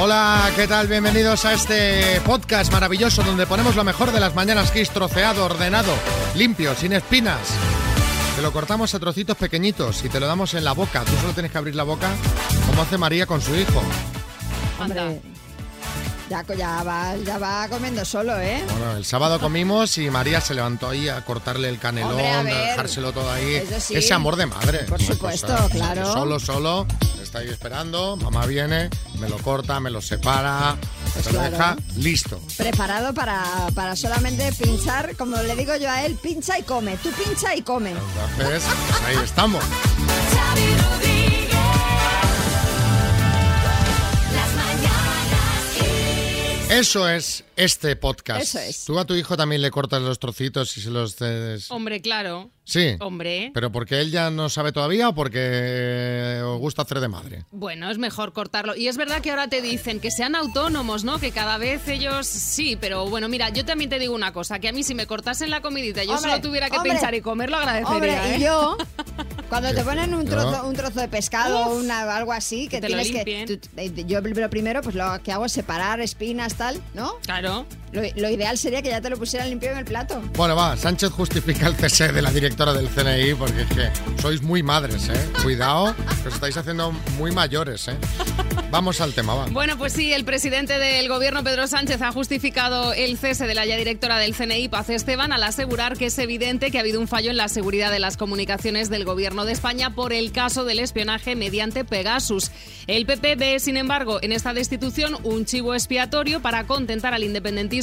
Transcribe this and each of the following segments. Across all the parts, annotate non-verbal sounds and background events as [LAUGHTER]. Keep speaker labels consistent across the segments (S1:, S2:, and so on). S1: Hola, ¿qué tal? Bienvenidos a este podcast maravilloso donde ponemos lo mejor de las mañanas Kiss, troceado, ordenado, limpio, sin espinas. Te lo cortamos a trocitos pequeñitos y te lo damos en la boca. Tú solo tienes que abrir la boca como hace María con su hijo.
S2: Hombre, ya, co- ya va, ya va comiendo solo, ¿eh?
S1: Bueno, el sábado comimos y María se levantó ahí a cortarle el canelón,
S2: Hombre, a
S1: a,
S2: ver.
S1: dejárselo todo ahí.
S2: Eso sí.
S1: Ese amor de madre.
S2: Por
S1: Una
S2: supuesto,
S1: cosa,
S2: claro.
S1: que Solo, solo, está ahí esperando, mamá viene, me lo corta, me lo separa, se lo
S2: Pues claro.
S1: deja, listo.
S2: Preparado para, para solamente pinchar, como le digo yo a él, pincha y come. Tú pincha y come.
S1: Entonces, pues ahí estamos. Eso es este podcast.
S2: Eso es.
S1: Tú a tu hijo también le cortas los trocitos y se los... des-
S3: Hombre, claro.
S1: Sí.
S3: Hombre.
S1: ¿Pero porque él ya no sabe todavía o porque os gusta hacer de madre?
S3: Bueno, es mejor cortarlo. Y es verdad que ahora te dicen que sean autónomos, ¿no? Que cada vez ellos sí, pero bueno, mira, yo también te digo una cosa, que a mí si me cortasen la comidita, yo
S2: Hombre,
S3: solo tuviera que
S2: hombre.
S3: pinchar y comer, lo
S2: Hombre,
S3: agradecería,
S2: y
S3: ¿eh? [LAUGHS]
S2: yo, cuando te ponen un
S1: Yo-
S2: trozo, un trozo de pescado o una- algo así,
S3: Que
S2: que
S3: te lo
S2: tienes que...
S3: limpien.
S2: tú- eh, yo lo primero, pues lo que hago es separar espinas, tal, ¿no?
S3: Claro.
S2: Lo, lo ideal sería que ya te lo pusieran limpio en el plato.
S1: Bueno, va, Sánchez justifica el cese de la directora del CNI porque es que sois muy madres, ¿eh? Cuidado, que os estáis haciendo muy mayores, ¿eh? Vamos al tema, va.
S3: Bueno, pues sí, el presidente del gobierno, Pedro Sánchez, ha justificado el cese de la ya directora del CNI, Paz Esteban, al asegurar que es evidente que ha habido un fallo en la seguridad de las comunicaciones del gobierno de España por el caso del espionaje mediante Pegasus. El PP ve, sin embargo, en esta destitución un chivo expiatorio para contentar al independentismo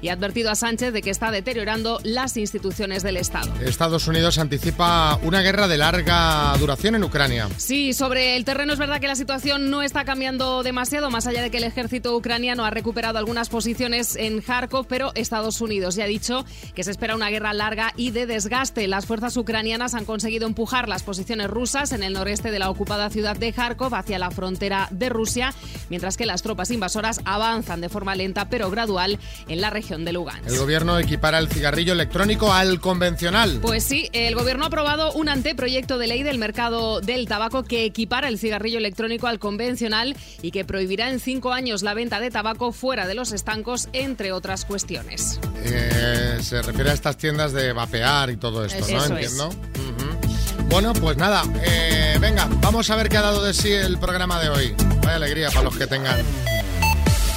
S3: y ha advertido a Sánchez de que está deteriorando las instituciones del Estado.
S1: Estados Unidos anticipa una guerra de larga duración en Ucrania.
S3: Sí, sobre el terreno es verdad que la situación no está cambiando demasiado, más allá de que el ejército ucraniano ha recuperado algunas posiciones en Kharkov, pero Estados Unidos ya ha dicho que se espera una guerra larga y de desgaste. Las fuerzas ucranianas han conseguido empujar las posiciones rusas en el noreste de la ocupada ciudad de Kharkov hacia la frontera de Rusia, mientras que las tropas invasoras avanzan de forma lenta pero gradual en la región de Lugansk.
S1: El gobierno equipara el cigarrillo electrónico al convencional.
S3: Pues sí, el gobierno ha aprobado un anteproyecto de ley del mercado del tabaco que equipara el cigarrillo electrónico al convencional y que prohibirá en cinco años la venta de tabaco fuera de los estancos, entre otras cuestiones.
S1: Eh, se refiere a estas tiendas de vapear y todo Pues esto,
S3: Eso
S1: ¿no?
S3: es.
S1: Entiendo. Ujú. Bueno, pues nada, eh, venga, vamos a ver qué ha dado de sí el programa de hoy. Vaya alegría para los que tengan.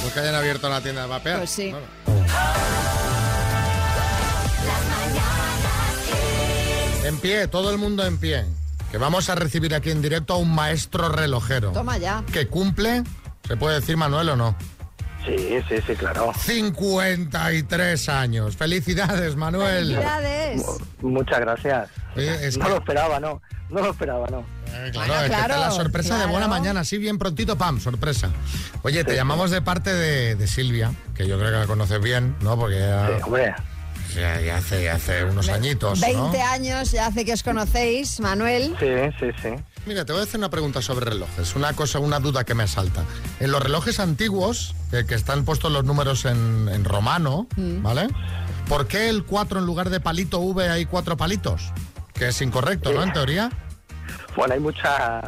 S1: Los que hayan abierto la tienda de vapear.
S2: Pues sí.
S1: Bueno. En pie, todo el mundo en pie. Que vamos a recibir aquí en directo a un maestro relojero.
S2: Toma ya.
S1: Que cumple, se puede decir Manuel o no,
S4: Sí, sí, sí, claro.
S1: 53 años. Felicidades, Manuel.
S2: Felicidades.
S4: Mu- Muchas gracias.
S1: Oye, es
S4: no
S1: que-
S4: lo esperaba, no. No lo esperaba, no.
S1: Eh,
S2: Bueno,
S1: Claro, es que
S2: claro,
S1: está la sorpresa
S2: claro.
S1: de buena mañana, así bien prontito, pam, sorpresa. Oye, te llamamos de parte de, de Silvia, que yo creo que la conoces bien, ¿no? Porque ya,
S4: Sí, hombre,
S1: ya- ya hace, ya hace unos añitos,
S2: 20
S1: ¿no?
S2: años ya hace que os conocéis, Manuel.
S4: sí, sí, sí.
S1: Mira, te voy a hacer una pregunta sobre relojes, una cosa, una duda que me asalta. En los relojes antiguos, eh, que están puestos los números en, en romano,
S2: Mm.
S1: ¿vale? ¿Por qué el 4 en lugar de palito V hay cuatro palitos? Que es incorrecto, ¿no? En teoría.
S4: Bueno, hay muchas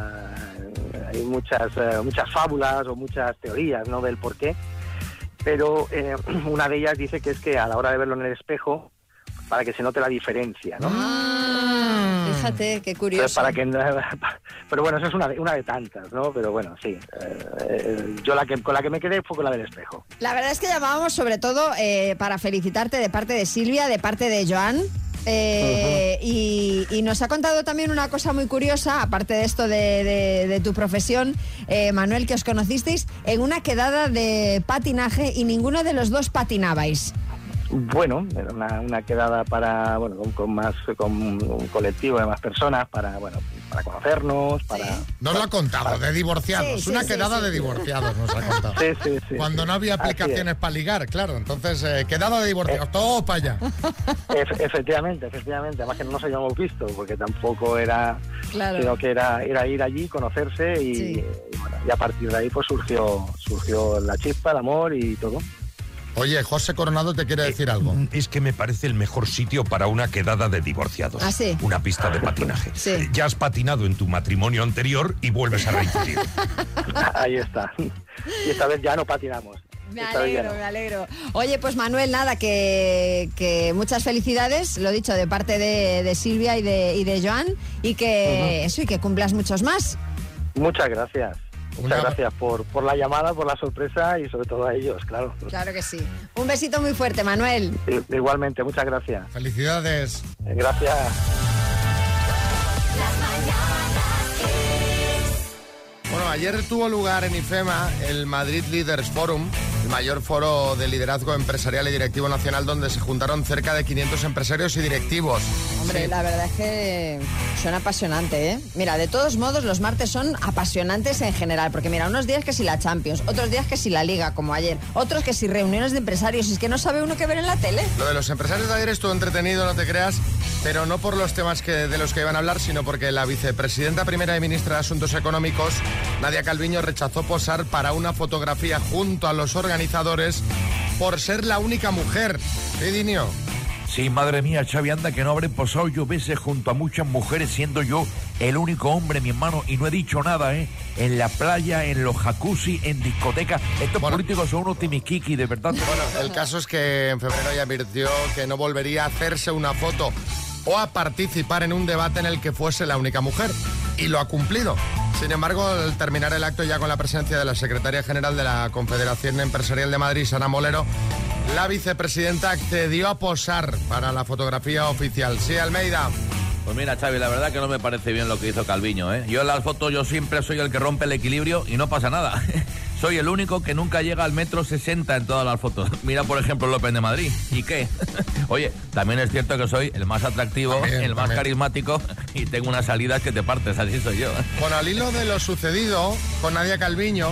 S4: hay muchas eh, muchas fábulas o muchas teorías, ¿no? del por qué. Pero eh, [CLEARS THROAT] una de ellas dice que es que a la hora de verlo en el espejo para que se note la diferencia, ¿no?
S1: Ah.
S2: Fíjate, qué
S4: Entonces,
S2: curioso.
S4: para que no- [LAUGHS] pero bueno, eso es una de, una de tantas, ¿no? Pero bueno, sí. eh, eh, yo la que con la que me quedé fue con la del espejo.
S2: La verdad es que llamábamos sobre todo eh, para felicitarte de parte de Silvia, de parte de Joan. eh, y, y nos ha contado también una cosa muy curiosa, aparte de esto de, de- de tu profesión, eh, Manuel, que os conocisteis en una quedada de patinaje y ninguno de los dos patinabais.
S4: Bueno, era una, una quedada para, bueno, con, con más, con un colectivo de más personas para, bueno, para conocernos, para...
S1: Nos lo ha contado, de divorciados.
S2: Sí, sí,
S1: una
S2: sí,
S1: quedada
S2: sí.
S1: de divorciados nos ha contado.
S4: Sí, sí, sí.
S1: Cuando no había
S4: Así es.
S1: aplicaciones para ligar, claro. Entonces, eh, quedada de divorciados, todos para allá.
S4: Efe- efectivamente, efectivamente. Además que no nos habíamos visto, porque tampoco era...
S2: Claro.
S4: Sino que era, era ir allí, conocerse y,
S2: Sí.
S4: y bueno, y a partir de ahí pues surgió, surgió la chispa, el amor y todo.
S1: Oye, José Coronado te quiere decir algo.
S5: Es que me parece el mejor sitio para una quedada de divorciados.
S2: Ah, sí.
S5: Una pista de patinaje.
S2: Sí.
S5: Ya has patinado en tu matrimonio anterior y vuelves a reincidir.
S4: [LAUGHS] Ahí está. Y esta vez ya no patinamos.
S2: Me
S4: Esta vez ya
S2: alegro,
S4: no.
S2: me alegro. Oye, pues Manuel, nada, que, que muchas felicidades, lo dicho, de parte de, de Silvia y de, y de Joan, y que eso, y que cumplas muchos más.
S4: Muchas gracias.
S1: Una-
S4: Muchas gracias por, por la llamada, por la sorpresa y sobre todo a ellos, claro.
S2: Claro que sí. Un besito muy fuerte, Manuel.
S4: I- Igualmente, muchas gracias.
S1: Felicidades.
S4: Gracias.
S1: Bueno, ayer tuvo lugar en IFEMA el Madrid Leaders Forum, el mayor foro de liderazgo empresarial y directivo nacional donde se juntaron cerca de 500 empresarios y directivos.
S2: Hombre, la verdad es que son apasionante, ¿eh? Mira, de todos modos, los martes son apasionantes en general, porque mira, unos días que si la Champions, otros días que si la Liga, como ayer, otros que si reuniones de empresarios, es que no sabe uno qué ver en la tele.
S1: Lo de los empresarios de ayer estuvo entretenido, no te creas, pero no por los temas que, de los que iban a hablar, sino porque la vicepresidenta primera y ministra de Asuntos Económicos, Nadia Calviño, rechazó posar para una fotografía junto a los organizadores por ser la única mujer. Pedinio.
S6: Sí, madre mía, Xavi, anda que no habré posado yo veces junto a muchas mujeres siendo yo el único hombre, mi hermano, y no he dicho nada, ¿eh? En la playa, en los jacuzzi, en discotecas. Estos
S1: Bueno.
S6: políticos son unos timiquiqui, de verdad.
S1: Bueno, el caso es que en febrero ya advirtió que no volvería a hacerse una foto o a participar en un debate en el que fuese la única mujer. Y lo ha cumplido. Sin embargo, al terminar el acto ya con la presencia de la secretaria general de la Confederación Empresarial de Madrid, Sara Molero, la vicepresidenta accedió a posar para la fotografía oficial. Sí, Almeida.
S6: Pues mira, Xavi, la verdad que no me parece bien lo que hizo Calviño, ¿eh? Yo en las fotos yo siempre soy el que rompe el equilibrio y no pasa nada. [LAUGHS] Soy el único que nunca llega al metro 60 en todas las fotos. [LAUGHS] Mira, por ejemplo, el Open de Madrid. ¿Y qué? [LAUGHS] Oye, también es cierto que soy el más atractivo,
S1: También,
S6: el más
S1: también.
S6: carismático [LAUGHS] y tengo unas salidas que te partes, así soy yo.
S1: Bueno, al hilo de lo sucedido con Nadia Calviño,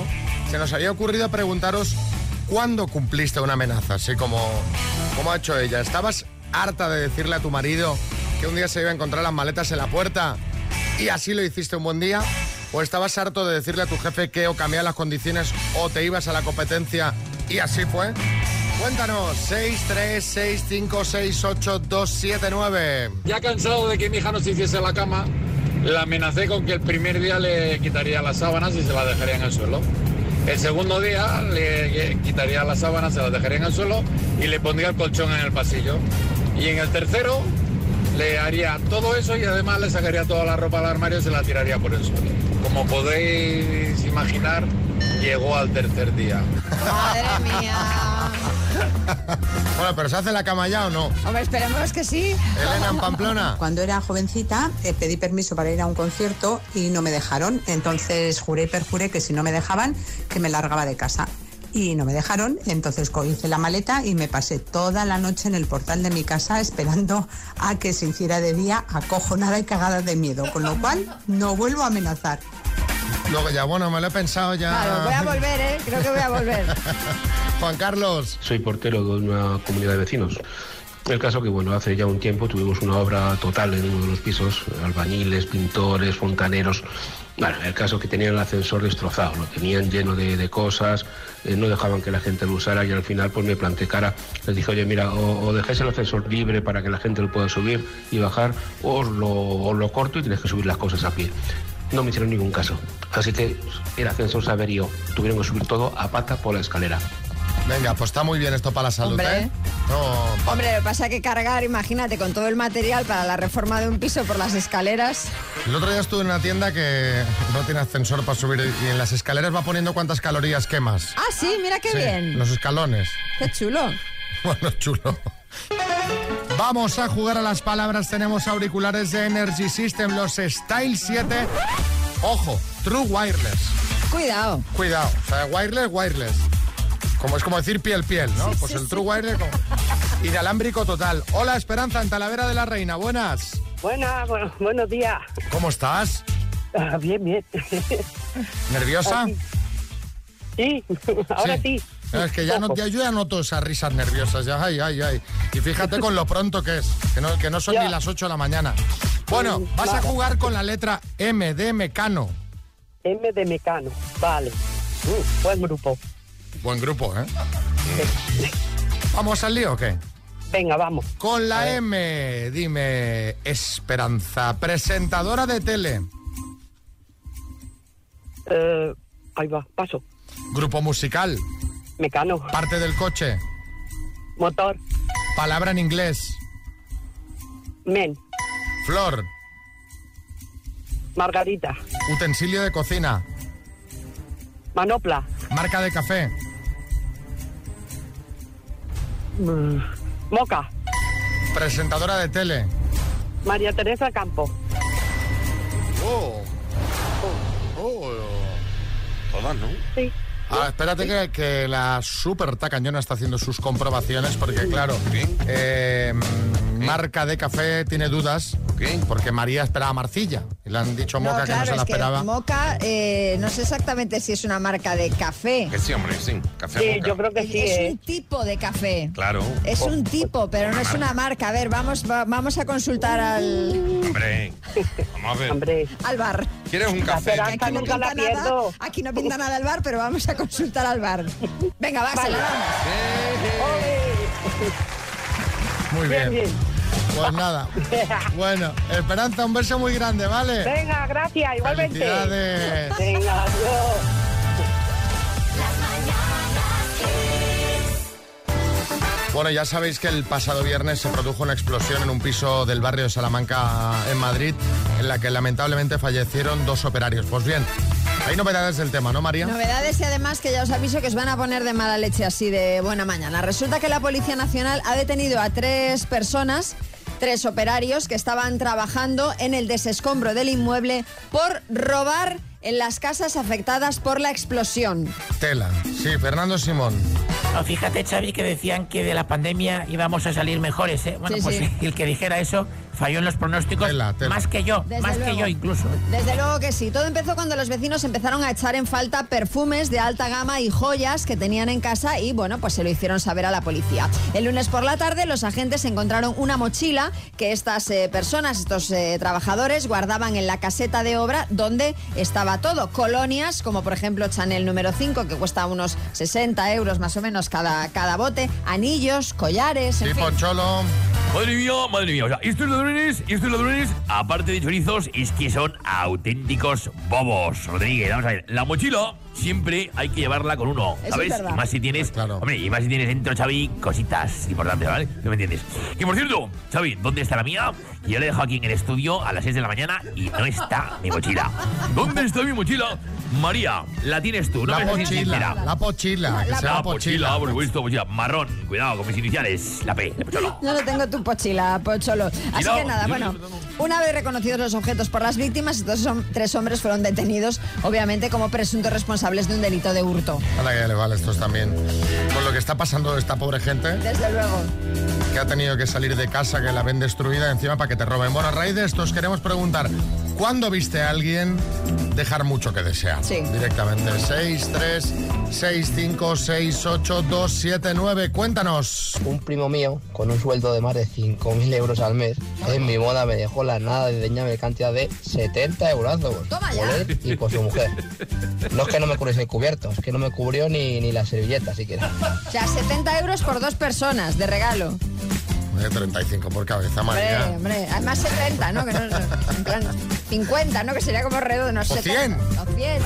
S1: se nos había ocurrido preguntaros cuándo cumpliste una amenaza, así como, como ha hecho ella. ¿Estabas harta de decirle a tu marido que un día se iba a encontrar las maletas en la puerta y así lo hiciste un buen día? ¿O estabas harto de decirle a tu jefe que o cambiaba las condiciones o te ibas a la competencia y así fue? Cuéntanos, 636568279.
S7: Ya cansado de que mi hija no se hiciese la cama, la amenacé con que el primer día le quitaría las sábanas y se las dejaría en el suelo. El segundo día le quitaría las sábanas, se las dejaría en el suelo y le pondría el colchón en el pasillo. Y en el tercero le haría todo eso y además le sacaría toda la ropa al armario y se la tiraría por el suelo. Como podéis imaginar, llegó al tercer día.
S2: Madre mía.
S1: Bueno, pero ¿se hace la cama ya o no?
S2: Hombre, esperemos que sí.
S1: Elena en Pamplona.
S8: Cuando era jovencita eh, pedí permiso para ir a un concierto y no me dejaron. Entonces juré y perjuré que si no me dejaban, que me largaba de casa. Y no me dejaron, entonces co- hice la maleta y me pasé toda la noche en el portal de mi casa esperando a que se hiciera de día acojonada y cagada de miedo, con lo cual no vuelvo a amenazar.
S1: Luego ya, bueno, me lo he pensado ya.
S2: Claro, voy a volver, ¿eh? Creo que voy a
S1: [LAUGHS]
S2: volver.
S1: Juan Carlos,
S9: soy portero de una comunidad de vecinos. El caso que, bueno, hace ya un tiempo tuvimos una obra total en uno de los pisos, albañiles, pintores, fontaneros. Bueno, el caso que tenían el ascensor destrozado, lo tenían lleno de, de cosas, eh, no dejaban que la gente lo usara y al final pues me planté cara, les dije, oye, mira, o, o dejéis el ascensor libre para que la gente lo pueda subir y bajar, o os lo, os lo corto y tenéis que subir las cosas a pie. No me hicieron ningún caso. Así que el ascensor se averió, tuvieron que subir todo a pata por la escalera.
S1: venga, pues está muy bien esto para la salud,
S2: Hombre.
S1: ¿eh? No, pa-
S2: Hombre, lo que pasa que cargar, imagínate, con todo el material para la reforma de un piso por las escaleras.
S1: El otro día estuve en una tienda que no tiene ascensor para subir y en las escaleras va poniendo cuántas calorías quemas.
S2: Ah, sí, mira qué
S1: Sí,
S2: bien.
S1: Los escalones.
S2: Qué chulo.
S1: [LAUGHS] Bueno, chulo. Vamos a jugar a las palabras. Tenemos auriculares de Energy System, los Style 7. Ojo, True Wireless.
S2: Cuidado.
S1: Cuidado, o sea, wireless, wireless. Como es como decir piel, piel, ¿no? pues el true wireless como... inalámbrico total. Hola, Esperanza, en Talavera de la Reina, buenas.
S10: Buenas, bu- buenos días.
S1: ¿Cómo estás?
S10: Ah, Bien, bien.
S1: ¿Nerviosa?
S10: Sí, [LAUGHS] ahora sí.
S1: No, Es que ya no, ya- yo ya noto esas risas nerviosas, ya, ay, ay, ay. Y fíjate con lo pronto que es, que no, que no son
S10: Ya.
S1: ni las 8 de la mañana. Bueno, vas a jugar con la letra M de Mecano.
S10: M de Mecano, vale. Mm, buen grupo.
S1: Buen grupo, ¿eh? ¿Vamos al lío o qué?
S4: Venga, vamos.
S1: Con la M, dime, Esperanza, presentadora de tele,
S4: Eh, ahí va, paso.
S1: grupo musical,
S4: Mecano.
S1: parte del coche,
S4: Motor.
S1: palabra en inglés,
S4: Men.
S1: flor,
S4: Margarita.
S1: utensilio de cocina,
S4: Manopla.
S1: marca de café,
S4: Mm, Moca.
S1: presentadora de tele.
S4: María Teresa Campo.
S1: Oh.
S6: Todas, ¿no?
S4: Sí.
S1: Ah, espérate que, que la super tacañona está haciendo sus comprobaciones porque, claro, eh, marca de café tiene dudas
S6: ¿Qué?
S1: porque María esperaba Marcilla y le han dicho a Moca que no se la
S2: es que
S1: esperaba.
S2: Moca, eh, no sé exactamente si es una marca de café.
S6: Que sí, hombre, sí. Café
S4: Sí,
S6: moca.
S4: yo creo que sí.
S2: Es
S4: eh.
S2: un tipo de café.
S6: Claro.
S2: Es un tipo, pero no es una marca. A ver, vamos, va- vamos a consultar al,
S6: Hombre, vamos a ver.
S4: Hombre.
S2: al bar.
S6: ¿Quieres un
S4: La
S6: café?
S4: esperanza
S2: Aquí no,
S4: nunca
S2: pinta
S4: la
S2: nada,
S4: pierdo.
S2: aquí no pinta nada el bar, pero vamos a consultar al bar. Venga, va, se la damos.
S1: Muy
S4: Bien,
S1: bien.
S4: bien. [LAUGHS]
S1: Pues nada. Bueno, Esperanza, un beso muy grande, ¿vale?
S4: Venga, gracias, igualmente.
S1: Felicidades.
S4: Venga, adiós.
S1: Bueno, ya sabéis que el pasado viernes se produjo una explosión en un piso del barrio de Salamanca, en Madrid, en la que lamentablemente fallecieron dos operarios. Pues bien, hay novedades del tema, ¿no, María?
S2: Novedades y además que ya os aviso que os van a poner de mala leche así de buena mañana. Resulta que la Policía Nacional ha detenido a tres personas, tres operarios que estaban trabajando en el desescombro del inmueble por robar en las casas afectadas por la explosión.
S1: Tela. Sí, Fernando Simón.
S11: No, Ah, fíjate, Xavi, que decían que de la pandemia íbamos a salir mejores, ¿eh? Bueno,
S2: Sí,
S11: pues
S2: sí.
S11: [LAUGHS] el que dijera eso falló en los pronósticos
S1: Tela, tela.
S11: más que yo,
S2: Desde
S11: más
S2: luego.
S11: que yo incluso.
S2: Desde luego que sí. Todo empezó cuando los vecinos empezaron a echar en falta perfumes de alta gama y joyas que tenían en casa y bueno, pues se lo hicieron saber a la policía. El lunes por la tarde los agentes encontraron una mochila que estas eh, personas, estos eh, trabajadores guardaban en la caseta de obra donde estaba todo. Colonias como por ejemplo Chanel número 5 que cuesta unos 60 euros más o menos cada, cada bote, anillos, collares, en
S1: Sí,
S2: fin.
S1: Pocholo.
S12: Madre mía, madre mía. O sea, estos ladrones, estos ladrones, aparte de chorizos, es que son auténticos bobos. Rodríguez, vamos a ver. La mochila siempre hay que llevarla con uno,
S2: Eso es
S12: ¿sabes?
S2: verdad.
S12: y más si tienes,
S1: Claro.
S12: hombre, y más si tienes dentro, Xavi, cositas importantes, ¿vale? ¿No me entiendes? Y por cierto, Xavi, ¿dónde está la mía? Yo la he dejado aquí en el estudio a las 6 de la mañana y no está mi
S2: [LAUGHS]
S12: mochila. ¿Dónde está mi mochila? María, la tienes tú, no
S1: La
S12: me seas
S1: pochila.
S12: sincera.
S1: La pochila. que sea
S12: La
S1: la pochila.
S12: mochila, por supuesto, mochila. Marrón, cuidado con mis iniciales. La P, la pochola.
S2: No lo tengo tu pochila, Pocholo. Así
S12: Tirado,
S2: que nada,
S12: yo
S2: bueno,
S12: no lo tengo.
S2: una vez reconocidos los objetos por las víctimas, estos son- tres hombres fueron detenidos, obviamente, como presuntos responsables de un delito de hurto.
S1: Anda que ya le vale estos también. Con lo que está pasando esta pobre gente
S2: Desde luego.
S1: que ha tenido que salir de casa, que la ven destruida encima para que te roben. Bueno, a raíz de esto os queremos preguntar, ¿cuándo viste a alguien dejar mucho que desear?
S2: Sí.
S1: Directamente. 6, 3, 6, 5, 6, 8, 2, 7, 9. Cuéntanos.
S11: Un primo mío, con un sueldo de más de 5.000 euros al mes, en mi boda me dejó la nada de cantidad de 70 euros
S2: Toma ya. por
S11: y por su mujer. No es que no me cubriese el cubierto, es que no me cubrió ni, ni la servilleta siquiera.
S2: O sea, 70 euros por dos personas de regalo.
S1: Eh, 35 por cabeza,
S2: Hombre,
S1: María.
S2: hombre. Además 70, ¿no? Que no, en plan 50, ¿no? Que sería como redondo, no
S1: O
S2: 70. O 100.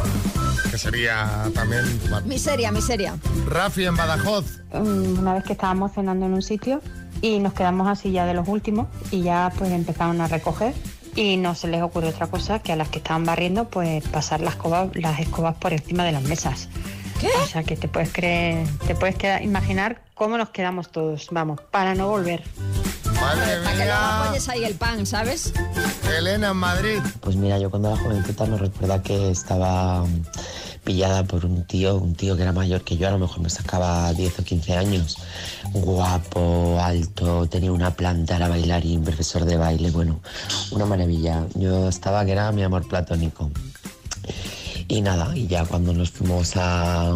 S1: Que sería también...
S2: Miseria, miseria.
S1: Rafi en Badajoz.
S8: Mm, una vez que estábamos cenando en un sitio y nos quedamos así ya de los últimos y ya pues empezaron a recoger y no se les ocurrió otra cosa que a las que estaban barriendo pues pasar las escobas, las escobas por encima de las mesas. O sea que te puedes creer, te puedes quedar- imaginar cómo nos quedamos todos, vamos, para no volver.
S1: Madre
S2: Para que luego
S1: mía.
S2: apoyes ahí el pan, ¿sabes?
S1: Elena en Madrid.
S11: Pues mira, yo cuando era jovencita me recuerda que estaba mm, pillada por un tío, un tío que era mayor que yo, a lo mejor me sacaba 10 o 15 años. Guapo, alto, tenía una planta, era bailarín, profesor de baile, bueno, una maravilla. Yo estaba que era mi amor platónico. Y nada, y ya cuando nos fuimos a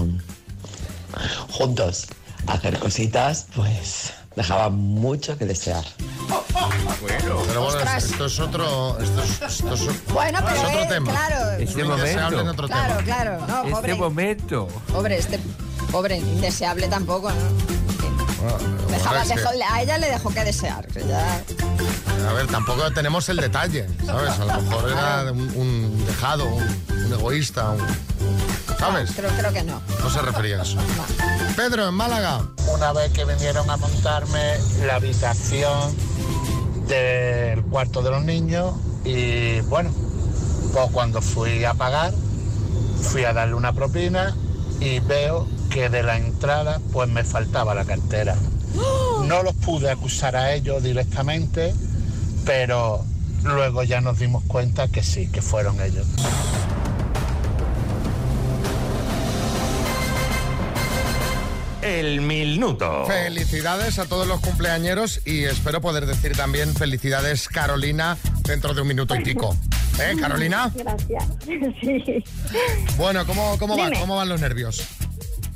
S11: juntos a hacer cositas, pues dejaba mucho que desear.
S2: [LAUGHS]
S1: Pero bueno,
S2: Ostras.
S1: esto es otro... Esto es, esto es-
S2: Bueno, pero
S1: es otro
S2: eh,
S1: tema.
S2: claro.
S1: Es un indeseable en otro
S2: Claro,
S6: Este
S1: tema.
S2: Este claro. No, pobre.
S12: momento.
S2: Pobre, este pobre, indeseable tampoco, ¿no?
S6: Ah.
S2: Dejaba-
S1: es que-
S2: dejó- a ella le dejó que desear. que ya-
S1: A ver, tampoco tenemos el detalle, ¿sabes? A lo mejor era un, un dejado, un, un egoísta, un- ¿sabes?
S2: Creo, creo que no.
S1: No se refería a eso. Pedro, en Málaga.
S13: Una vez que vinieron a montarme la habitación del cuarto de los niños y bueno, pues cuando fui a pagar, fui a darle una propina y veo que de la entrada pues me faltaba la cartera.
S2: ¡Oh!
S13: No los pude acusar a ellos directamente, pero luego ya nos dimos cuenta que sí, que fueron ellos.
S5: El
S14: Oh.
S5: minuto.
S1: Felicidades a todos los cumpleañeros y espero poder decir también felicidades Carolina dentro de un minuto y pico. ¿Eh, Carolina?
S15: Gracias. [LAUGHS] Sí.
S1: Bueno, ¿cómo, cómo, va-
S15: Dime.
S1: ¿cómo van los nervios?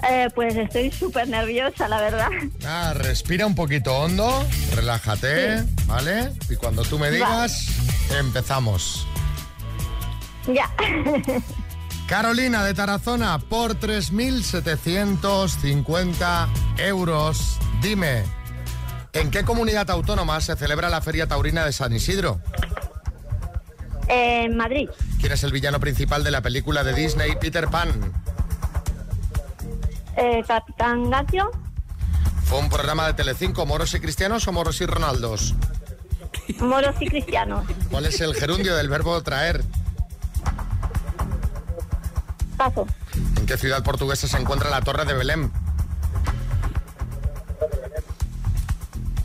S15: Eh, pues estoy súper nerviosa, la verdad.
S1: Ah, respira un poquito hondo, relájate, ¿vale? Y cuando tú me
S15: Vale.
S1: digas, empezamos.
S15: Ya.
S1: Carolina de Tarazona, por 3.750 euros. Dime, ¿en qué comunidad autónoma se celebra la Feria Taurina de San Isidro?
S15: En Eh, Madrid.
S1: ¿Quién es el villano principal de la película de Disney Peter Pan?
S15: Eh, Capitán Gacio.
S1: ¿Fue un programa de Telecinco, Moros y Cristianos o Moros y Ronaldos?
S15: Moros y cristianos.
S1: ¿Cuál es el gerundio del verbo traer?
S15: Paso.
S1: ¿En qué ciudad portuguesa se encuentra la Torre de Belém?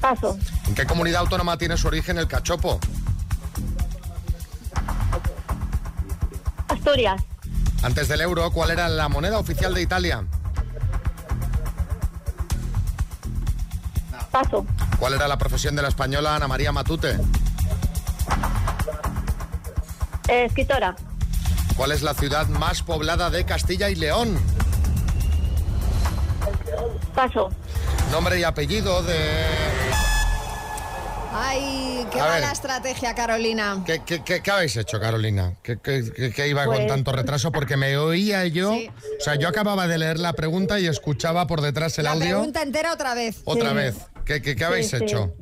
S15: Paso.
S1: ¿En qué comunidad autónoma tiene su origen el cachopo?
S15: Asturias.
S1: Antes del euro, ¿cuál era la moneda oficial de Italia?
S15: Paso.
S1: ¿Cuál era la profesión de la española Ana María Matute?
S15: Eh, escritora.
S1: ¿Cuál es la ciudad más poblada de Castilla y León?
S15: Paso.
S1: Nombre y apellido de...
S2: Ay, qué
S1: A
S2: mala
S1: ver.
S2: estrategia, Carolina.
S1: ¿Qué, qué- qué- qué habéis hecho, Carolina? ¿Qué, qué- qué- qué iba con
S2: Pues-
S1: tanto retraso? Porque me oía yo... O sea, yo acababa de leer la pregunta y escuchaba por detrás el
S2: La
S1: audio
S2: pregunta entera otra vez.
S1: otra vez. ¿Qué, qué- qué habéis
S15: Sí, sí.
S1: hecho?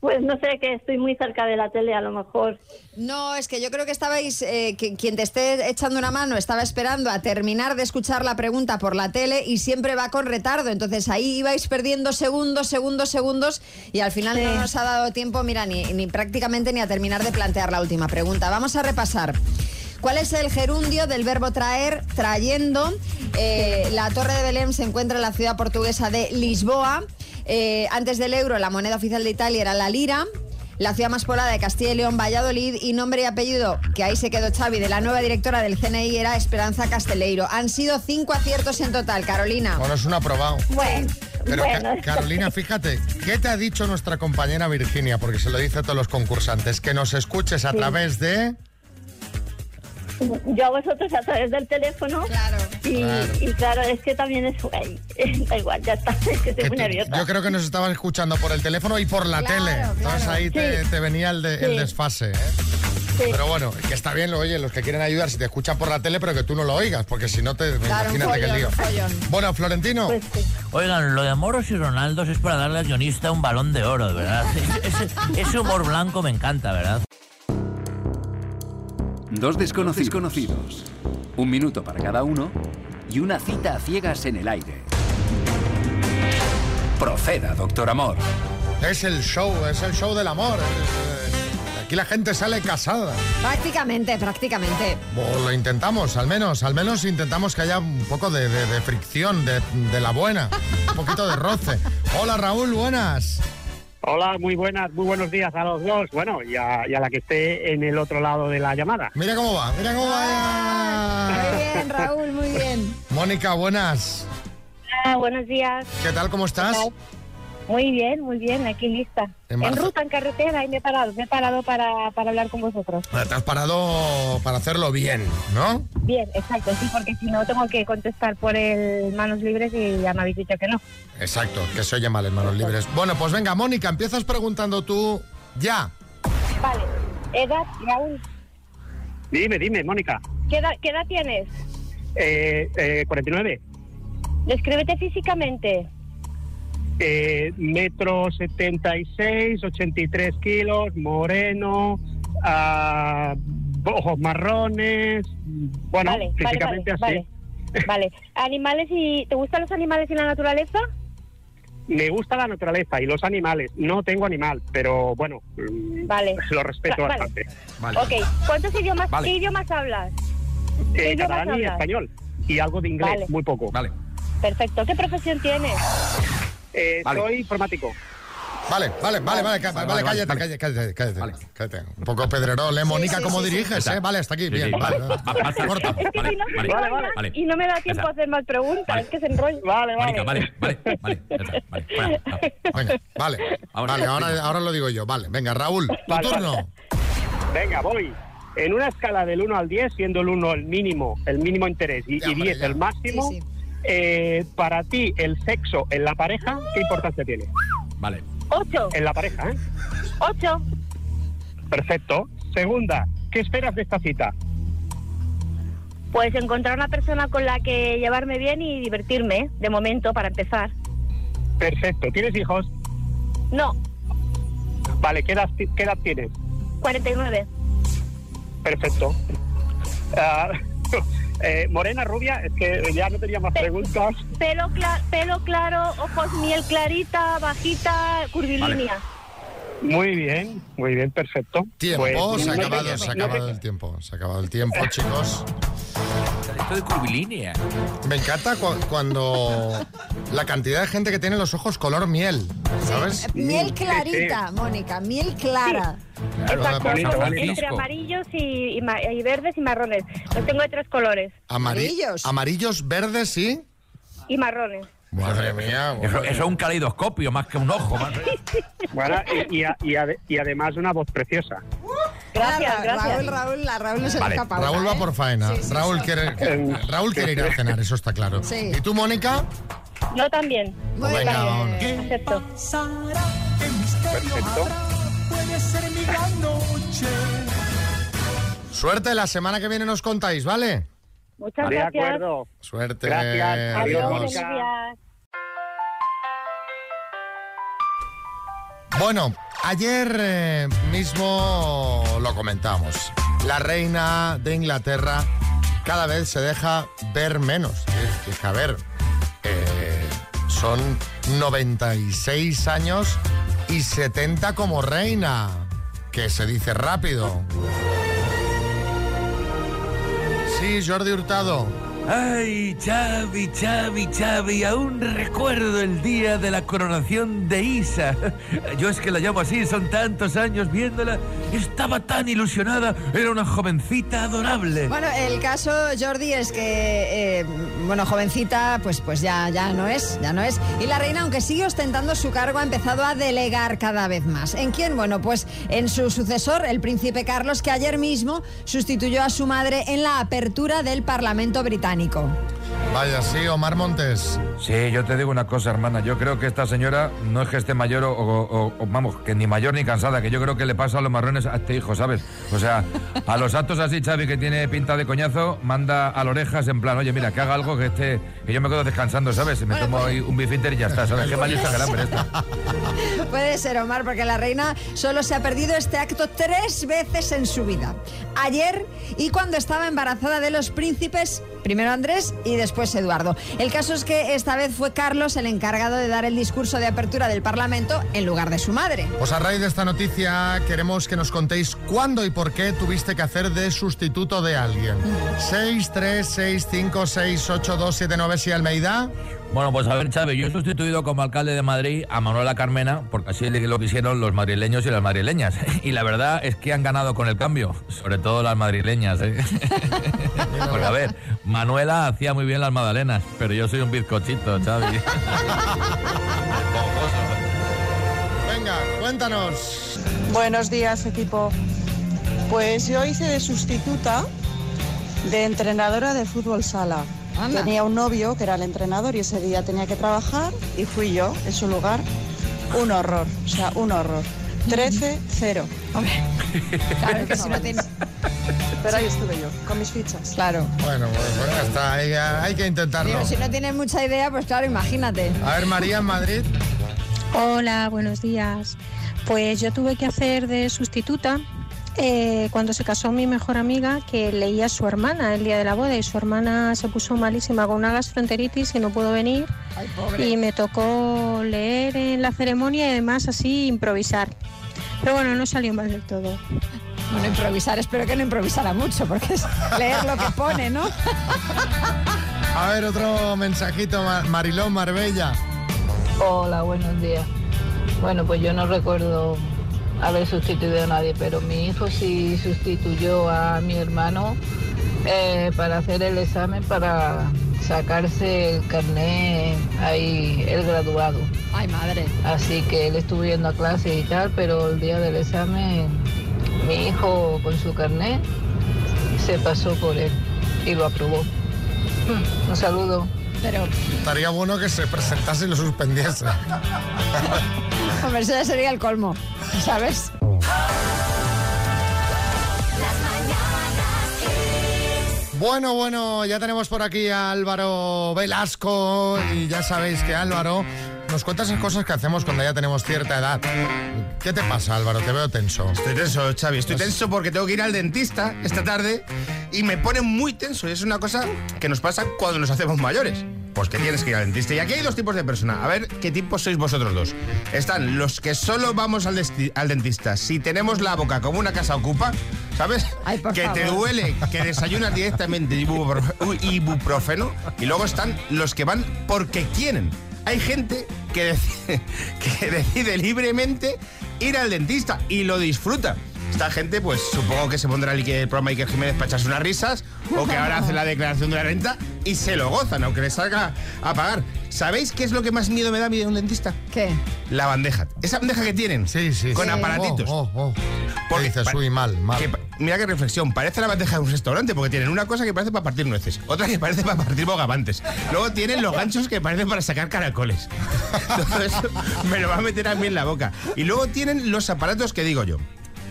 S15: Pues no sé, que estoy muy cerca de la tele a lo mejor.
S2: No, es que yo creo que estabais, eh, que quien te esté echando una mano estaba esperando a terminar de escuchar la pregunta por la tele y siempre va con retardo. Entonces ahí ibais perdiendo segundos, segundos, segundos y al final no nos ha dado tiempo, mira, ni, ni prácticamente ni a terminar de plantear la última pregunta. Vamos a repasar. ¿Cuál es el gerundio del verbo traer, trayendo? Eh, la Torre de Belém se encuentra en la ciudad portuguesa de Lisboa. Eh, antes del euro, la moneda oficial de Italia era la lira. La ciudad más poblada de Castilla y León, Valladolid, y nombre y apellido, que ahí se quedó Xavi, de la nueva directora del CNI era Esperanza Casteleiro. Han sido cinco aciertos en total, Carolina.
S1: Bueno, es un aprobado.
S15: Bueno,
S1: Pero Ca- Carolina, fíjate, ¿qué te ha dicho nuestra compañera Virginia? Porque se lo dice a todos los concursantes, que nos escuches a
S15: Sí.
S1: través de...
S15: Yo a vosotros a través del teléfono. Claro. Y
S1: Claro.
S15: y claro, es que también es. ay, [LAUGHS] da igual, ya está. [LAUGHS] Es que estoy muy nerviosa.
S1: Yo creo que nos estabas escuchando por el teléfono y por la
S15: Claro,
S1: tele. Entonces
S15: claro.
S1: ahí te,
S15: Sí.
S1: te venía el, de- el
S15: Sí.
S1: desfase. ¿eh? Pero bueno, que está bien, lo- oye, los que quieren ayudar, si te escuchan por la tele, pero que tú no lo oigas, porque si no, te, imagínate que lío. Bueno, Florentino.
S16: Oigan, lo de Moros y Ronaldos es para darle al guionista un balón de oro, de verdad. Ese, ese- ese humor blanco me encanta, ¿verdad?
S17: Dos desconocidos conocidos. Un minuto para cada uno y una cita a ciegas en el aire. Proceda, doctor Amor.
S1: Es el show, es el show del amor. Eh, Aquí la gente sale casada.
S2: Prácticamente, prácticamente.
S1: O lo intentamos, al menos, al menos intentamos que haya un poco de, de- de fricción, de, de la buena, un poquito de roce. Hola Raúl, buenas.
S14: Hola, muy buenas, muy buenos días a los dos. Bueno, y a, y a la que esté en el otro lado de la llamada.
S1: Mira cómo va, mira cómo va.
S2: Muy bien, Raúl, muy bien.
S1: Mónica, buenas.
S18: Hola, Ah, buenos días.
S1: ¿Qué tal? ¿Cómo estás?
S18: Muy bien, muy bien, aquí lista.
S1: En
S18: En,
S1: Barce-
S18: ruta, en carretera, y me he parado, me he parado para, para hablar con vosotros.
S1: Te has parado para hacerlo bien, ¿no?
S18: Bien, exacto, sí, porque si no tengo que contestar por el manos libres y ya me habéis dicho que no.
S1: Exacto, que se oye mal en manos libres. Bueno, pues venga, Mónica, empiezas preguntando tú ya.
S18: Vale, edad, Raúl,
S14: Dime, dime, Mónica.
S18: ¿qué edad, qué edad tienes?
S14: Eh, eh, 49.
S18: Descríbete físicamente.
S14: eh, metro 76, 83 kilos, moreno, ah, ojos marrones, bueno,
S18: vale, vale, vale,
S14: físicamente así.
S18: vale, vale. ¿Animales y te gustan los animales y la naturaleza?
S14: Me gusta la naturaleza y los animales. No tengo animal, pero bueno, mm,
S18: Vale.
S14: lo respeto
S18: Va- vale.
S14: bastante.
S18: Ok. ¿Cuántos idiomas,
S14: Vale.
S18: qué idiomas hablas?
S14: Eh,
S18: idiomas
S14: catalán y
S18: hablas?
S14: español y algo de inglés,
S18: Vale.
S14: muy poco.
S6: Vale.
S18: Perfecto. ¿Qué profesión tienes?
S14: Eh, Soy informático.
S1: Vale, vale, vale, vale, ca- vale,
S14: vale,
S1: cállate, cállate, cállate, cállate, cállate. Un poco pedrerol, ¿eh?
S18: Sí,
S1: Mónica,
S18: sí,
S1: ¿cómo
S18: sí, sí.
S1: diriges, eh?
S6: Exacto.
S1: Vale, hasta aquí,
S6: Sí,
S1: bien.
S6: sí,
S1: vale,
S6: va- va- va- va-
S1: Corta.
S18: [LAUGHS] Es que si no,
S6: Vale,
S18: sigo
S6: vale,
S18: hablando
S6: vale.
S18: y no me da tiempo
S6: Esa.
S18: a hacer más preguntas,
S6: Vale.
S18: es que se enrolla. Vale,
S6: Mónica, vale, vale, vale, ya está, vale, fuera.
S1: [LAUGHS] Venga, vale,
S6: Ahora,
S1: vale, ahora,
S6: venga.
S1: ahora lo digo yo. Vale, venga, Raúl, tu
S14: Vale,
S1: turno.
S14: Venga, voy. En una escala del 1 al 10, siendo el 1 el mínimo, el mínimo interés y,
S1: Ya,
S14: y
S1: hombre,
S14: 10
S1: ya.
S14: el máximo,
S1: Sí, sí.
S14: eh, para ti el sexo en la pareja, ¿qué importancia tiene?
S6: Vale.
S18: Ocho.
S14: En la pareja, ¿eh?
S18: Ocho.
S14: Perfecto. Segunda, ¿qué esperas de esta cita?
S18: Pues encontrar una persona con la que llevarme bien y divertirme, de momento, para empezar.
S14: Perfecto. ¿Tienes hijos?
S18: No,
S14: Vale, ¿qué edad, ti- qué edad tienes?
S18: 49.
S14: Perfecto. Ah, [LAUGHS] eh, morena, rubia, es que ya no tenía más preguntas.
S18: Pelo, cla- pelo claro, ojos miel clarita, bajita, curvilínea.
S14: Muy bien, muy bien, perfecto.
S1: Tiempo,
S14: Pues,
S1: se ha
S14: no te-
S1: acabado, se ha
S14: no te-
S1: acabado el tiempo. Se ha acabado
S14: [LAUGHS]
S1: el tiempo, chicos.
S6: Esto de curvilínea.
S1: Me encanta cu- cuando la cantidad de gente que tiene los ojos color miel, ¿sabes?
S2: Miel clarita, Mónica, miel clara.
S1: Claro,
S18: Esa
S1: la
S18: cosa,
S1: persona
S18: entre amarillos y, y ma- y verdes y marrones. Los tengo de tres colores.
S1: Amari- Amarillos, verdes y...
S18: Y marrones.
S1: Madre mía.
S6: Eso, eso es un caleidoscopio más que un ojo. más-
S14: Bueno, y, y a- y ade- y además una voz preciosa.
S18: Gracias,
S2: Nada,
S18: gracias.
S2: Raúl, Raúl, a Raúl no se le
S1: Vale,
S2: escapa.
S1: Raúl
S2: una,
S1: va
S2: ¿eh?
S1: por faena.
S2: Sí, sí,
S1: Raúl,
S2: sí.
S1: Quiere,
S14: [LAUGHS]
S1: Raúl quiere ir a cenar, eso está claro.
S2: Sí.
S1: ¿Y tú, Mónica?
S18: Yo también.
S1: Pues venga, vámonos.
S18: Acepto.
S14: Perfecto.
S1: Suerte, la semana que viene nos contáis, ¿vale?
S18: Muchas
S14: De
S18: gracias.
S14: acuerdo.
S1: Suerte.
S14: Gracias,
S18: Adiós,
S14: Adiós.
S18: buenos días.
S1: Bueno, ayer eh, mismo lo comentamos. La reina de Inglaterra cada vez se deja ver menos. Es, que, a ver, eh, son 96 años y 70 como reina, que se dice rápido. Sí, Jordi Hurtado.
S6: Ay, Xavi, Xavi, Xavi, aún recuerdo el día de la coronación de Isa. [LAUGHS] Yo es que la llamo así, son tantos años viéndola. Estaba tan ilusionada, era una jovencita adorable.
S2: Bueno, el caso, Jordi, es que, eh, bueno, jovencita, pues, pues ya, ya no es, ya no es. Y la reina, aunque sigue ostentando su cargo, ha empezado a delegar cada vez más. ¿En quién? Bueno, pues en su sucesor, el príncipe Carlos, que ayer mismo sustituyó a su madre en la apertura del Parlamento británico.
S1: Vaya, sí, Omar Montes.
S5: Sí, yo te digo una cosa, hermana. Yo creo que esta señora no es que esté mayor o, o- o- vamos, que ni mayor ni cansada, que yo creo que le pasa a los marrones a este hijo, ¿sabes? O sea, a los actos así, Xavi, que tiene pinta de coñazo, manda a las orejas en plan, oye, mira, que haga algo que esté, que yo me quedo descansando, ¿sabes? Y me tomo ahí un bifitter y pues ya está, ¿sabes? Qué mal Instagram eres tú.
S2: [LAUGHS] Puede ser, Omar, porque la reina solo se ha perdido este acto tres veces en su vida. Ayer y cuando estaba embarazada de los príncipes, primero Andrés y después Eduardo. El caso es que esta vez fue Carlos el encargado de dar el discurso de apertura del Parlamento en lugar de su madre.
S1: Pues a raíz de esta noticia queremos que nos contéis cuándo y por qué tuviste que hacer de sustituto de alguien. 636568279 si Almeida.
S6: Bueno, pues a ver, Chávez, yo he sustituido como alcalde de Madrid a Manuela Carmena, porque así le- lo quisieron los madrileños y las madrileñas. [LAUGHS] Y la verdad es que han ganado con el cambio, sobre todo las madrileñas. ¿eh? [LAUGHS] Porque a ver, Manuela hacía muy bien las magdalenas, pero yo soy un bizcochito, Xavi.
S1: Venga, cuéntanos.
S19: Buenos días, equipo. Pues yo hice de sustituta de entrenadora de fútbol sala. Tenía un novio que era el entrenador y ese día tenía que trabajar y fui yo en su lugar. Un horror, o sea, un horror. 13-0.
S2: Claro que si no tiene-
S19: Pero ahí estuve yo, con mis fichas.
S2: Claro.
S1: Bueno, pues bueno, está, hay, hay que intentarlo.
S2: Digo, si no tienes mucha idea, pues claro, imagínate.
S1: A ver, María en Madrid.
S20: Hola, buenos días. Pues yo tuve que hacer de sustituta eh, cuando se casó mi mejor amiga que leía a su hermana el día de la boda y su hermana se puso malísima con una gastroenteritis y no pudo venir y me tocó leer en la ceremonia y además así improvisar. Pero bueno, no salió mal del todo.
S2: Bueno, improvisar, espero que no improvisara mucho, porque es leer lo que pone, ¿no?
S1: A ver, otro mensajito, Ma- Marilón Marbella.
S21: Hola, buenos días. Bueno, pues yo no recuerdo haber sustituido a nadie, pero mi hijo sí sustituyó a mi hermano eh, para hacer el examen para sacarse el carnet ahí, el graduado.
S2: Ay, madre.
S21: Así que él estuvo yendo a clase y tal, pero el día del examen mi hijo con su carnet se pasó por él y lo aprobó. Mm, Un saludo.
S2: Pero
S1: Estaría bueno que se presentase y lo suspendiese.
S2: Hombre, eso ya sería el colmo, ¿sabes?
S1: Bueno, bueno, ya tenemos por aquí a Álvaro Velasco y ya sabéis que Álvaro nos cuenta esas cosas que hacemos cuando ya tenemos cierta edad. ¿Qué te pasa, Álvaro? Te veo tenso. Pues
S22: Estoy tenso, Xavi. Estoy tenso porque tengo que ir al dentista esta tarde y me pone muy tenso. Y es una cosa que nos pasa cuando nos hacemos mayores. Pues que tienes que ir al dentista. Y aquí hay dos tipos de personas. A ver qué tipos sois vosotros dos. Están los que solo vamos al, desti- al dentista si tenemos la boca como una casa ocupa, ¿sabes? que te
S23: favor.
S22: duele, que desayunas directamente ibuprofe- ibuprofeno. Y luego están los que van porque quieren. Hay gente que decide, [LAUGHS] que decide libremente ir al dentista y lo disfruta. Esta gente, pues supongo que se pondrá el, que- el programa Iker Jiménez para echarse unas risas o que ahora hace la declaración de la renta y se lo gozan, aunque les salga a pagar. ¿Sabéis qué es lo que más miedo me da a mí de un dentista?
S2: ¿Qué?
S22: La bandeja. Esa bandeja que tienen. Con
S1: sí.
S22: aparatitos.
S1: Oh,
S22: Porque
S1: dices,
S22: pa- que pa- mira qué reflexión. Parece la bandeja de un restaurante porque tienen una cosa que parece para partir nueces, otra que parece para partir bogavantes. Luego tienen los ganchos que parecen para sacar caracoles. [LAUGHS] Todo eso me lo va a meter a mí en la boca. Y luego tienen los aparatos que digo yo.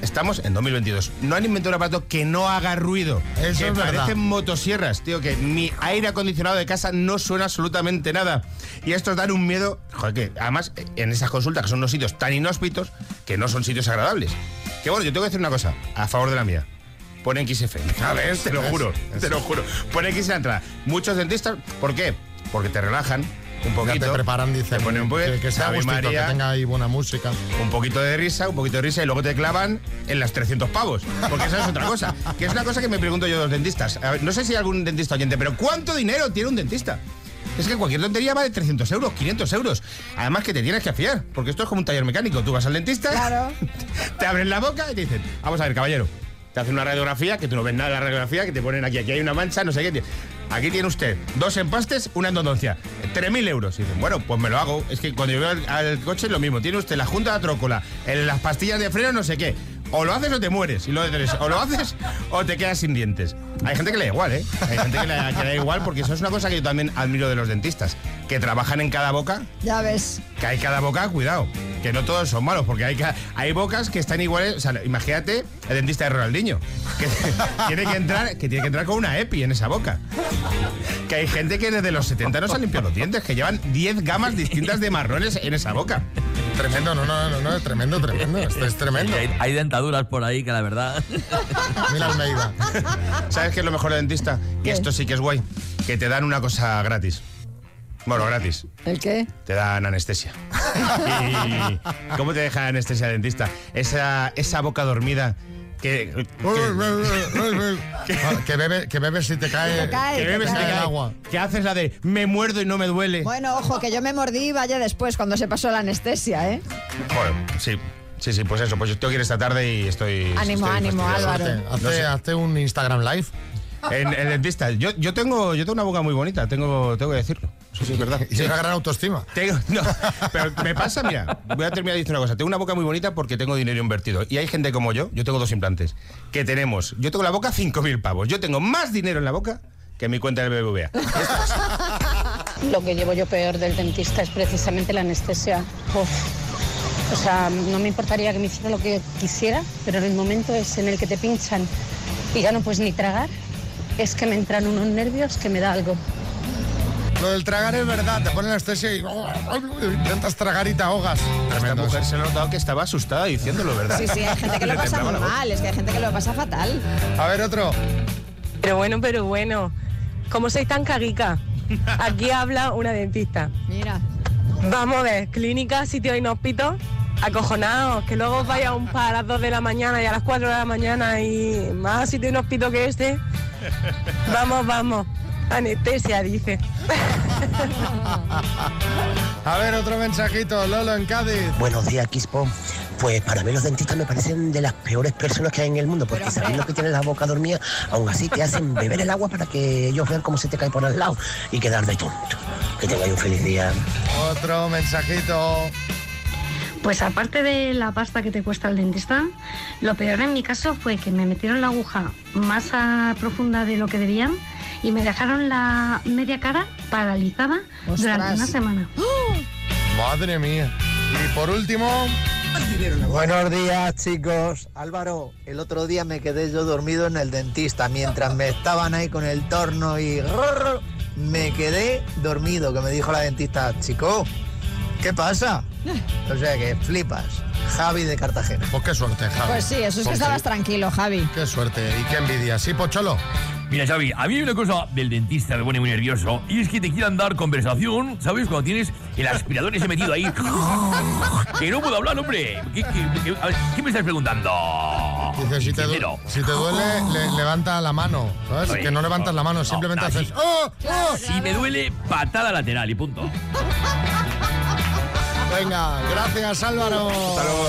S22: Estamos en 2022. No han inventado un aparato que no haga ruido.
S1: Eso
S22: que
S1: es verdad.
S22: parecen motosierras, tío, que mi aire acondicionado de casa no suena absolutamente nada. Y estos dan un miedo, joder, que además eh, en esas consultas, que son unos sitios tan inhóspitos, que no son sitios agradables. Que bueno, yo tengo que decir una cosa, a favor de la mía. Ponen XF. A ver, ¿eh? te lo
S1: ¿Ves?
S22: juro, te
S1: Eso.
S22: lo juro. Ponen XF en la entrada. Muchos dentistas, ¿por qué? Porque te relajan un poquito.
S1: te preparan, dicen,
S22: ponen un poquito.
S1: que, que sea
S22: Ave
S1: gustito,
S22: María,
S1: que tenga ahí buena música.
S22: un poquito de risa, un poquito de risa y luego te clavan en las 300 pavos. Porque esa es otra cosa. Que es una cosa que me pregunto yo de los dentistas. A ver, no sé si hay algún dentista oyente, pero ¿cuánto dinero tiene un dentista? Es que cualquier tontería vale 300 euros, 500 euros. Además que te tienes que fiar, porque esto es como un taller mecánico. Tú vas al dentista, te abren la boca y te dicen, vamos a ver, caballero, te hacen una radiografía, que tú no ves nada de la radiografía, que te ponen aquí, aquí hay una mancha, no sé qué. Aquí tiene usted dos empastes, una endodoncia, 3.000 euros. Y dicen, bueno, pues me lo hago. Es que cuando yo veo al, al coche es lo mismo. Tiene usted la junta de trócola, el- las pastillas de freno, no sé qué. O lo haces o te mueres. Y lo de tres, o lo haces o te quedas sin dientes. Hay gente que le da igual, ¿eh? Hay gente que le, que le da igual porque eso es una cosa que yo también admiro de los dentistas, que trabajan en cada boca
S2: Ya ves.
S22: que hay cada boca, cuidado, que no todos son malos, porque hay, ca- hay bocas que están iguales. O sea, imagínate el dentista de Ronaldinho, que [LAUGHS] tiene que, entrar, que tiene que entrar con una EPI en esa boca. Que hay gente que desde los 70 no se ha limpiado los dientes, que llevan 10 gamas distintas de marrones en esa boca.
S1: Tremendo, no, no, no, no, tremendo, tremendo. Esto es tremendo.
S6: Hay, hay dentaduras por ahí que la verdad.
S1: [LAUGHS] Mira Almeida.
S22: ¿Sabes qué es lo mejor de dentista? Que esto sí que es guay, que te dan una cosa gratis. Bueno, gratis.
S2: ¿El qué?
S22: Te dan anestesia. Y- ¿Cómo te deja anestesia dentista? Esa, esa boca dormida que... Ah, que,
S1: bebes si te cae,
S2: te cae,
S22: que
S2: te
S22: bebes si te
S2: cae.
S22: cae agua. Que haces la de me muerdo y no me duele.
S2: Bueno, ojo, que yo me mordí, vaya después, cuando se pasó la anestesia, ¿eh?
S22: Joder, sí. Sí, sí, pues eso, pues yo tengo que ir esta tarde y estoy...
S2: Ánimo,
S22: estoy
S2: ánimo,
S22: fastidiado.
S2: Álvaro.
S22: No sé.
S1: un Instagram Live.
S22: En el dentista. Yo, yo, tengo, yo tengo una boca muy bonita, tengo, tengo que decirlo. Eso sí es verdad.
S1: Y una gran autoestima.
S22: Tengo, no, pero me pasa, mira, voy a terminar diciendo una cosa. Tengo una boca muy bonita porque tengo dinero invertido. Y hay gente como yo, yo tengo dos implantes, que tenemos, yo tengo la boca 5.000 pavos. Yo tengo más dinero en la boca que en mi cuenta del BBVA.
S24: Lo que llevo yo peor del dentista es precisamente la anestesia. Uf. O sea, no me importaría que me hiciera lo que quisiera, pero en el momento es en el que te pinchan y ya no puedes ni tragar, es que me entran unos nervios que me da algo.
S1: Lo del tragar es verdad, te ponen anestesia y oh, oh, intentas tragar y te ahogas.
S22: Esta mujer se lo notaba que estaba asustada diciéndolo, ¿verdad?
S2: Sí, sí, hay gente que lo
S22: Le
S2: pasa
S22: temblaba
S2: muy
S22: la voz.
S2: mal, es que hay gente que lo pasa fatal.
S1: A ver, otro.
S8: Pero bueno, pero bueno. ¿Cómo sois tan caguica? Aquí habla una dentista.
S2: Mira.
S8: Vamos a ver, clínica, sitio inhóspito, acojonados, que luego os vais a un par a las 2 de la mañana y a las 4 de la mañana y más sitio inhóspito que este. Vamos, vamos. Anestesia, dice.
S1: A ver, otro mensajito, Lolo en Cádiz.
S11: Buenos días, Quispo. Pues para mí los dentistas me parecen de las peores personas que hay en el mundo, porque sabiendo que tienes la boca dormida, aún así te hacen beber el agua para que ellos vean cómo se te cae por al lado y quedar de tonto. Que tengáis un feliz día.
S1: Otro mensajito.
S18: [LAUGHS] Pues aparte de la pasta que te cuesta el dentista, lo peor en mi caso fue que me metieron la aguja más a profunda de lo que debían y me dejaron la media cara paralizada durante una semana.
S1: Madre mía. Y por último.
S23: Buenos días chicos. Álvaro, el otro día me quedé yo dormido en el dentista mientras me estaban ahí con el torno y rrr, me quedé dormido, que me dijo la dentista, chico, ¿qué pasa? O sea que flipas. Javi de Cartagena.
S1: Pues qué suerte, Javi.
S2: Pues sí, eso es que
S1: Pues
S2: estabas tranquilo, Javi.
S1: Qué suerte y qué envidia. Sí, Pocholo.
S12: Mira, Xavi, a mí hay una cosa del dentista me pone muy nervioso y es que te quieran dar conversación, ¿sabes? Cuando tienes el aspirador ese metido
S1: [LAUGHS]
S12: ahí. que no puedo hablar, hombre. ¿Qué, qué- qué- a ver, ¿qué me estás preguntando?
S1: Dice, si te, du-
S12: Sincero.
S1: si te duele, le- levanta la mano. ¿Sabes?
S12: Oye,
S1: que no levantas la mano,
S12: no,
S1: simplemente
S12: no,
S1: haces.
S12: sí.
S1: ¡Oh! ¡Oh!
S12: Si me duele, patada lateral y punto.
S1: Venga, gracias Álvaro. Hasta luego.